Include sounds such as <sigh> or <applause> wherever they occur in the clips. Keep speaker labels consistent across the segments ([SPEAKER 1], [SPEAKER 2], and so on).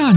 [SPEAKER 1] 大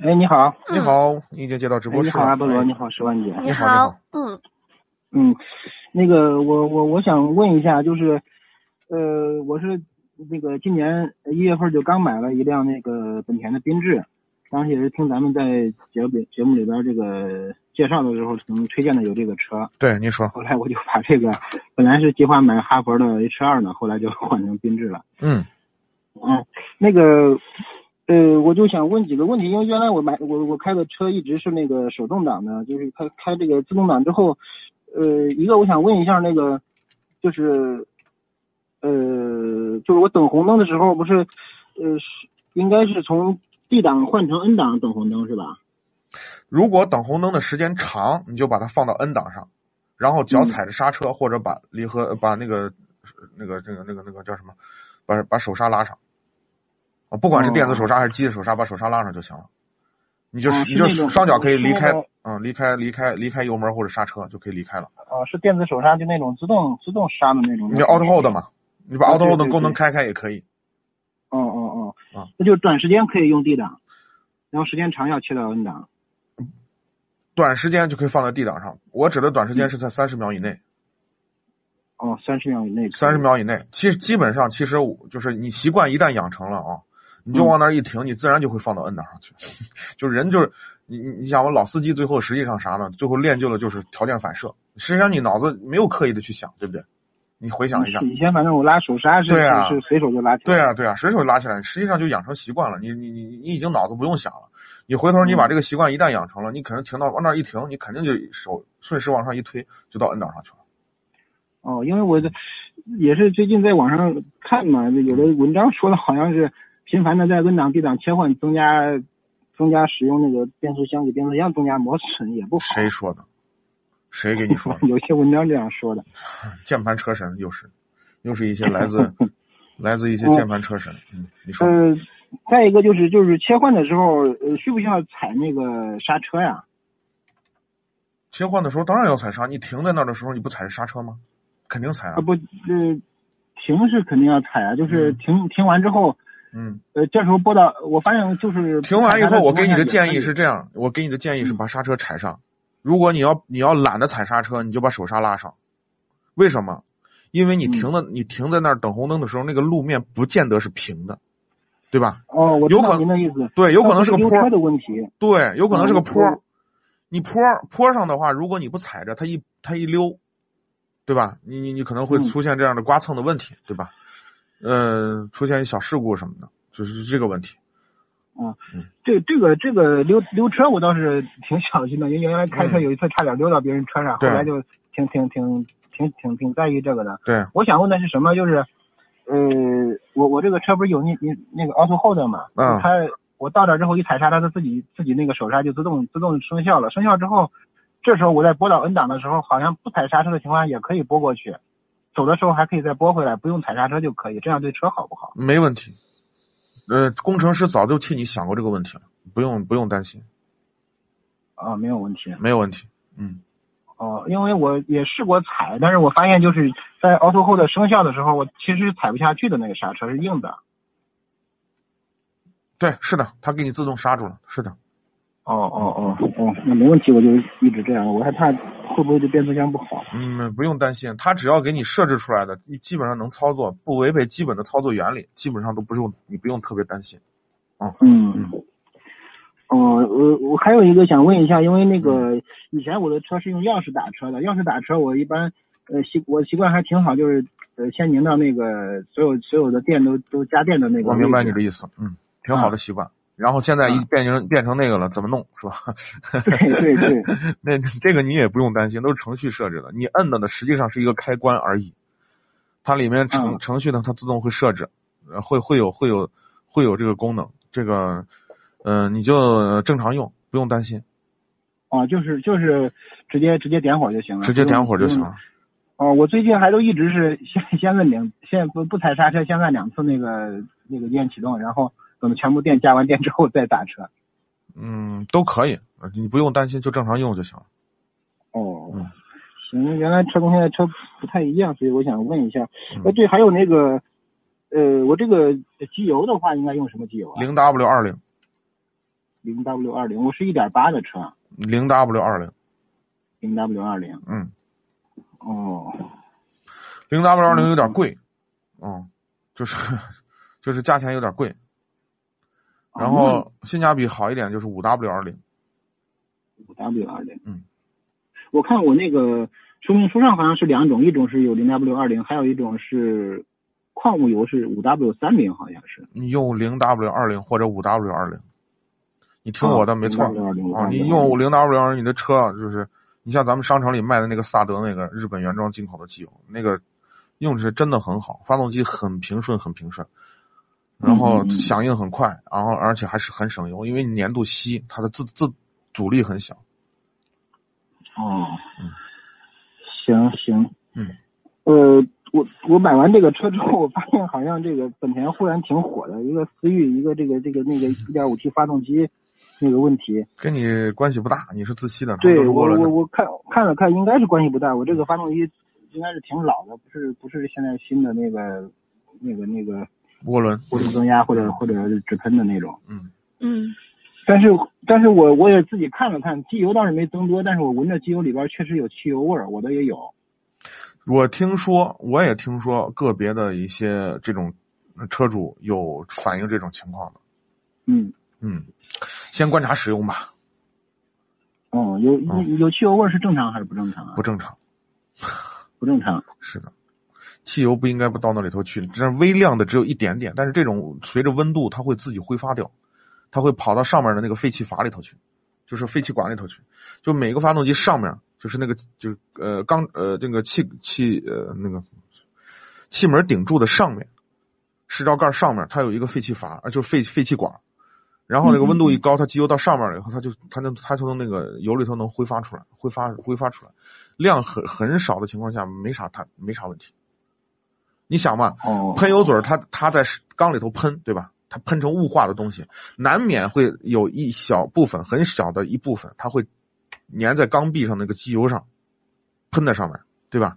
[SPEAKER 2] 哎，你好，
[SPEAKER 3] 你好，你已经接到直
[SPEAKER 2] 哎
[SPEAKER 3] 播室
[SPEAKER 2] 你
[SPEAKER 3] 了。
[SPEAKER 2] 好，阿波罗，
[SPEAKER 3] 哎
[SPEAKER 2] 你好，十万姐。
[SPEAKER 3] 你
[SPEAKER 4] 你
[SPEAKER 3] 好你好
[SPEAKER 4] 嗯，
[SPEAKER 2] 嗯，那个，我我我想问一下，就是，呃，我是那个今年一月份就刚买了一辆那个本田的缤智，当时也是听咱们在节目里节目里边这个介绍的时候，嗯，推荐的有这个车，
[SPEAKER 3] 对，你说，
[SPEAKER 2] 后来我就把这个本来是计划买哈佛的 H 二呢，后来就换成缤智了。
[SPEAKER 3] 嗯
[SPEAKER 2] 嗯，那个，呃，我就想问几个问题，因为原来我买我我开的车一直是那个手动挡的，就是开开这个自动挡之后，呃，一个我想问一下那个，就是，呃，就是我等红灯的时候不是，呃，是应该是从 D 档换成 N 档等红灯是吧？
[SPEAKER 3] 如果等红灯的时间长，你就把它放到 N 档上，然后
[SPEAKER 2] 嗯
[SPEAKER 3] 脚踩着刹车，或者把离合把那个那个那个那个那个叫什么，把把手刹拉上。啊，不管是电子手刹还是机械手刹，把手刹拉上就行了。你就、
[SPEAKER 2] 哦哦
[SPEAKER 3] 你
[SPEAKER 2] 是
[SPEAKER 3] 就
[SPEAKER 2] 那种
[SPEAKER 3] 双脚可以离开
[SPEAKER 2] 是那种，
[SPEAKER 3] 嗯，离开离开离开油门或者刹车就可以离开了。
[SPEAKER 2] 啊，是电子手刹，就那种自动自动刹的那种。
[SPEAKER 3] 你就 Auto Hold 嘛，你把
[SPEAKER 2] 啊
[SPEAKER 3] Auto
[SPEAKER 2] 对
[SPEAKER 3] Hold
[SPEAKER 2] 对
[SPEAKER 3] 功能
[SPEAKER 2] 对
[SPEAKER 3] 开开也可以。
[SPEAKER 2] 哦哦
[SPEAKER 3] 啊
[SPEAKER 2] 哦，那就是短时间可以用 D 档，然后时间长要切到 N 档。
[SPEAKER 3] 短时间就可以放在 D 档上。我指的短时
[SPEAKER 2] 嗯
[SPEAKER 3] 间是在三十秒以内，
[SPEAKER 2] 哦，三十秒以内。
[SPEAKER 3] 三十。秒以内。其实基本上，其实我就是你习惯一旦养成了啊，你就往那儿一停，你自然就会放到 N 档上去。 <laughs> 就人就是你你你想我老司机最后实际上啥呢？最后练就了就是条件反射。实际上你脑子没有刻意的去想，对不对？你回想一下
[SPEAKER 2] 是，以前反正我拉手刹是、
[SPEAKER 3] 对啊
[SPEAKER 2] 嗯是是随手就拉起来。
[SPEAKER 3] 对啊，对啊，随手拉起来，实际上就养成习惯了。你你你你已经脑子不用想了，你回头你把这个习惯一旦养成了，你可能停到往那儿一停，你肯定就手顺势往上一推，就到 N 档上去了。
[SPEAKER 2] 哦，因为我这也是最近在网上看嘛，有的
[SPEAKER 3] 嗯
[SPEAKER 2] 文章说的好像是频繁的在 N 档 D 档切换，增加增加使用那个变速箱给变速箱增加磨损也不好。
[SPEAKER 3] 谁说的？谁给你说的？
[SPEAKER 2] <laughs> 有些文章这样说的。
[SPEAKER 3] 键盘车神又是，又是一些来
[SPEAKER 2] <laughs>
[SPEAKER 3] 自来自一些键盘车神。嗯，你说
[SPEAKER 2] 呃，再一个就是就是切换的时候，呃，需不需要踩那个刹车呀？
[SPEAKER 3] 切换的时候当然要踩刹，你停在那儿的时候你不踩刹车吗？肯定踩啊
[SPEAKER 2] 啊。不，呃，停是肯定要踩啊，就是
[SPEAKER 3] 嗯
[SPEAKER 2] 停、停完之后，
[SPEAKER 3] 嗯，
[SPEAKER 2] 呃，这时候播到，我发现就是
[SPEAKER 3] 停完以后我给你的建议
[SPEAKER 2] 是。嗯
[SPEAKER 3] 是这样，我给你的建议是把刹车踩上。如果你要你要懒得踩刹车，你就把手刹拉上。为什么？因为你停
[SPEAKER 2] 嗯
[SPEAKER 3] 的、你停在那儿等红灯的时候，那个路面不见得是平的，对吧？
[SPEAKER 2] 哦，我知
[SPEAKER 3] 有可
[SPEAKER 2] 道
[SPEAKER 3] 能
[SPEAKER 2] 您的意思，
[SPEAKER 3] 对，有可能是个
[SPEAKER 2] 那
[SPEAKER 3] 坡
[SPEAKER 2] 就溜车的问题。
[SPEAKER 3] 对，有可能是个
[SPEAKER 2] 嗯
[SPEAKER 3] 坡
[SPEAKER 2] 嗯
[SPEAKER 3] 儿。你坡儿坡上的话，如果你不踩着，它一它一溜，对吧？你你你可能会
[SPEAKER 2] 嗯
[SPEAKER 3] 出现这样的刮蹭的问题，对吧？呃，出现小事故什么的，就是这个问题。
[SPEAKER 2] 这这个这个溜溜车我倒是挺小心的，因为原来开车
[SPEAKER 3] 嗯
[SPEAKER 2] 有一次差点溜到别人车上，
[SPEAKER 3] 对
[SPEAKER 2] 后来就挺挺挺挺挺挺在意这个的。
[SPEAKER 3] 对，
[SPEAKER 2] 我想问的是什么？就是，呃，我我这个车不是有那那那个 auto hold 嘛？
[SPEAKER 3] 嗯
[SPEAKER 2] 它我到这儿之后一踩刹，它它自己自己那个手刹就自动自动生效了。生效之后，这时候我在拨到 N 档的时候，好像不踩刹车的情况下也可以拨过去，走的时候还可以再拨回来，不用踩刹车就可以。这样对车好不好？
[SPEAKER 3] 没问题。呃，工程师早就替你想过这个问题了，不用不用担心，
[SPEAKER 2] 啊，没有问题。
[SPEAKER 3] 没有问题。嗯，
[SPEAKER 2] 哦，因为我也试过踩，但是我发现就是在 auto hold 生效的时候，我其实是踩不下去的那个刹车是硬的。
[SPEAKER 3] 对，是的，他给你自动刹住了，是的。
[SPEAKER 2] 哦哦哦哦，那没问题，我就一直这样，我还怕会不会对变速箱不好。
[SPEAKER 3] 嗯，不用担心，他只要给你设置出来的，你基本上能操作，不违背基本的操作原理，基本上都不用你不用特别担心。
[SPEAKER 2] 嗯。哦，我我还有一个想问一下，因为那个以前我的车是用钥匙打车的，钥匙打车我一般呃习我习惯还挺好，就是呃先拧到那个所有所有的店都都家电的那个。
[SPEAKER 3] 我明白你的。意思，嗯，挺好的习惯。然后现在
[SPEAKER 2] 嗯
[SPEAKER 3] 一变成变成那个了，怎么弄是吧？ <laughs>
[SPEAKER 2] 对对对。
[SPEAKER 3] 那这个你也不用担心，都是程序设置的。你摁的呢，实际上是一个开关而已。它里面程、
[SPEAKER 2] 嗯
[SPEAKER 3] 程序呢，它自动会设置，呃会会有会有呃会有这个功能。这个，嗯、你就正常用，不用担心。
[SPEAKER 2] 啊，就是就是直接直接点火就行了，
[SPEAKER 3] 直接点火就行
[SPEAKER 2] 了。
[SPEAKER 3] 了。
[SPEAKER 2] 哦，我最近还都一直是先先摁两，先不不踩刹车，先按两次那个那个电启动，然后等全部电加完电之后再打车。
[SPEAKER 3] 嗯，都可以，呃你不用担心，就正常用就行了。
[SPEAKER 2] 哦
[SPEAKER 3] 嗯，
[SPEAKER 2] 行，原来车跟现在车不太一样，所以我想问一下，
[SPEAKER 3] 嗯
[SPEAKER 2] 呃，对，还有那个，呃，我这个机油的话应该用什么机油啊？
[SPEAKER 3] 零 W 二零，
[SPEAKER 2] 零 W 二零，我是一点八的车，啊
[SPEAKER 3] 零 W 二零，
[SPEAKER 2] 零 W 二零。
[SPEAKER 3] 嗯，
[SPEAKER 2] 哦，
[SPEAKER 3] 零 W 二零有点贵，嗯，就是就是价钱有点贵。
[SPEAKER 2] 哦
[SPEAKER 3] 然后性价比好一点就是五 W 二零，
[SPEAKER 2] 五 W 二零，
[SPEAKER 3] 嗯，
[SPEAKER 2] 我看我那个说明书上好像是两种，一种是有零 W 二零，还有一种是矿物油是五 W 三零，好像是。
[SPEAKER 3] 你用零 W 二零或者五 W 二零，你听我的没错
[SPEAKER 2] 0 W20
[SPEAKER 3] 啊，你用零 W 二零，你的车啊，就是你像咱们商场里卖的那个萨德那个日本原装进口的机油，那个用起来真的很好，发动机很平顺，很平顺，然后
[SPEAKER 2] 嗯嗯嗯
[SPEAKER 3] 响应很快，然后而且还是很省油，因为你粘度稀，它的自自阻力很小。
[SPEAKER 2] 哦
[SPEAKER 3] 嗯，
[SPEAKER 2] 行行，
[SPEAKER 3] 嗯，
[SPEAKER 2] 呃，我我买完这个车之后，我发现好像这个本田忽然挺火的，一个思域，一个这个这个那个 1.5T 发动机那个问题。
[SPEAKER 3] 跟你关系不大，你是自吸的，他们都
[SPEAKER 2] 对
[SPEAKER 3] 说
[SPEAKER 2] 我
[SPEAKER 3] 过了
[SPEAKER 2] 我
[SPEAKER 3] 的。
[SPEAKER 2] 我看看了看，应该是关系不大。我这个发动机应该是挺老的，不是不是现在新的那个那个那个
[SPEAKER 3] 涡轮，
[SPEAKER 2] 涡轮增压或者或者直喷的那种。
[SPEAKER 3] 嗯，
[SPEAKER 4] 嗯，
[SPEAKER 2] 但是但是我我也自己看了看，机油倒是没增多，但是我闻着机油里边确实有汽油味儿，我的也有。
[SPEAKER 3] 我听说，我也听说个别的一些这种车主有反映这种情况的。
[SPEAKER 2] 嗯
[SPEAKER 3] 嗯，先观察使用吧，
[SPEAKER 2] 哦，有有
[SPEAKER 3] 嗯
[SPEAKER 2] 有汽油味儿是正常还是不正常啊？
[SPEAKER 3] 不正常。
[SPEAKER 2] 不正常。
[SPEAKER 3] 是的，汽油不应该不到那里头去，这微量的只有一点点，但是这种随着温度它会自己挥发掉，它会跑到上面的那个废气阀里头去，就是废气管里头去。就每个发动机上面就是那个就是呃钢呃这个气气呃那个气门顶住的上面，试罩盖上面它有一个废气阀，呃就是废废气管。然后那个温度一高，它机油到上面了以后，它就它能它从那个油里头能挥发出来，挥发挥发出来。量很很少的情况下，没啥太没啥问题。你想嘛，
[SPEAKER 2] 哦，
[SPEAKER 3] 喷油嘴儿它它在缸里头喷，对吧？它喷成雾化的东西，难免会有一小部分，很小的一部分，它会粘在缸壁上那个机油上，喷在上面，对吧？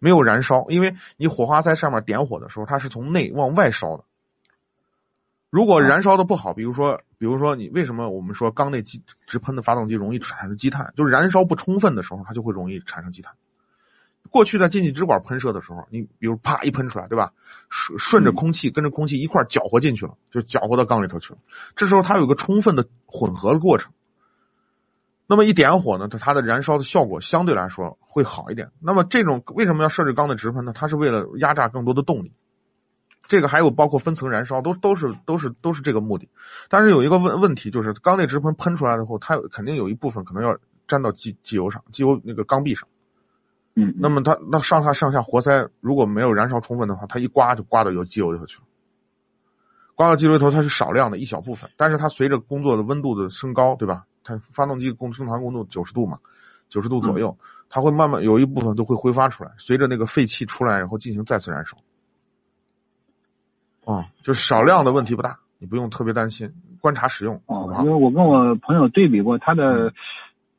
[SPEAKER 3] 没有燃烧，因为你火花在上面点火的时候，它是从内往外烧的。如果燃烧的不好，比如说，比如说你为什么我们说缸内机直喷的发动机容易产生积碳，就是燃烧不充分的时候，它就会容易产生积碳。过去在进气支管喷射的时候，你比如啪一喷出来，对吧？顺顺着空气跟着空气一块儿搅和进去了，就搅和到缸里头去了。这时候它有个充分的混合的过程。那么一点火呢，它它的燃烧的效果相对来说会好一点。那么这种为什么要设置缸的直喷呢？它是为了压榨更多的动力。这个还有包括分层燃烧，都都是都是都是这个目的。但是有一个问问题就是，缸内直喷喷出来以后，它有肯定有一部分可能要粘到机机油上，机油那个缸壁上。
[SPEAKER 2] 嗯，
[SPEAKER 3] 那么它那上下上下活塞如果没有燃烧充分的话，它一刮就刮到有机油里头去了。刮到机油里头，它是少量的一小部分，但是它随着工作的温度的升高，对吧？它发动机工正常工作九十度嘛，九十度左
[SPEAKER 2] 嗯
[SPEAKER 3] 右，它会慢慢有一部分都会挥发出来，随着那个废气出来，然后进行再次燃烧。啊、就是少量的问题不大，你不用特别担心，观察使用，好不
[SPEAKER 2] 哦，
[SPEAKER 3] 好
[SPEAKER 2] 因为？我跟我朋友对比过，他的、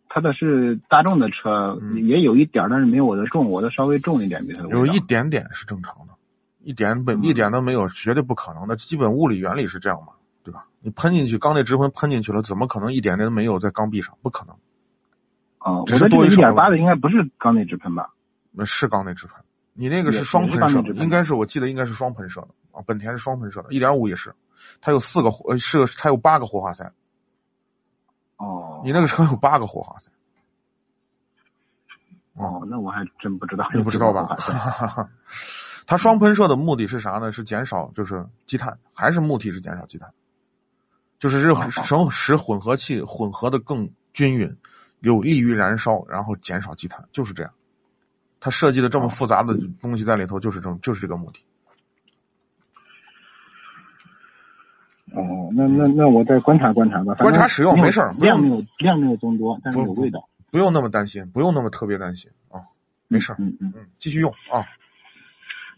[SPEAKER 2] 他的是大众的车，
[SPEAKER 3] 嗯
[SPEAKER 2] 也有一点儿，但是没有我的重，我的稍微重一点，比他的
[SPEAKER 3] 有
[SPEAKER 2] 味道
[SPEAKER 3] 一点点是正常的，一点本
[SPEAKER 2] 嗯
[SPEAKER 3] 一点都没有，绝对不可能的，基本物理原理是这样嘛，对吧？你喷进去，缸内直喷喷进去了，怎么可能一点点都没有在缸壁上？不可能，
[SPEAKER 2] 啊，我
[SPEAKER 3] 只是
[SPEAKER 2] 的这
[SPEAKER 3] 多一
[SPEAKER 2] 个
[SPEAKER 3] 手
[SPEAKER 2] 一点八的应该不是缸内直喷吧？
[SPEAKER 3] 那是缸内直喷。你那个
[SPEAKER 2] 也
[SPEAKER 3] 是双
[SPEAKER 2] 也是
[SPEAKER 3] 喷射
[SPEAKER 2] 缸内直，喷
[SPEAKER 3] 应该是我记得应该是双喷射的啊，本田是双喷射的，一点五也是，它有四个火呃是它有八个火花塞，
[SPEAKER 2] 哦，
[SPEAKER 3] 你那个车有八个火花塞，
[SPEAKER 2] 哦，那我还真不知道，
[SPEAKER 3] 你不知道吧
[SPEAKER 2] 这个说法？
[SPEAKER 3] <laughs> 它双喷射的目的是啥呢？是减少就是积碳，还是目的是减少积碳？就是日使使混合气混合的更均匀，有利于燃烧，然后减少积碳，就是这样。它设计的
[SPEAKER 2] 哦
[SPEAKER 3] 这么复杂的东西在里头，就是这种，就是这个目的。
[SPEAKER 2] 哦，那那那我再观察观察吧。反正
[SPEAKER 3] 观察使用没事儿不用
[SPEAKER 2] 量没有量没有增多，但是有味道。
[SPEAKER 3] 不用那么担心，不用那么特别担心啊，没事儿，
[SPEAKER 2] 嗯嗯，
[SPEAKER 3] 嗯，继续用啊，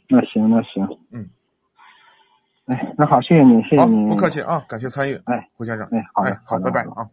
[SPEAKER 2] 那行那行，
[SPEAKER 3] 嗯。
[SPEAKER 2] 哎，那好，谢谢您，谢谢
[SPEAKER 3] 好，
[SPEAKER 2] 您。
[SPEAKER 3] 不客气。啊，感谢参与，
[SPEAKER 2] 哎，
[SPEAKER 3] 胡先生，
[SPEAKER 2] 哎，好的
[SPEAKER 3] 哎，好，
[SPEAKER 2] 好的
[SPEAKER 3] 拜拜
[SPEAKER 2] 好的
[SPEAKER 3] 啊。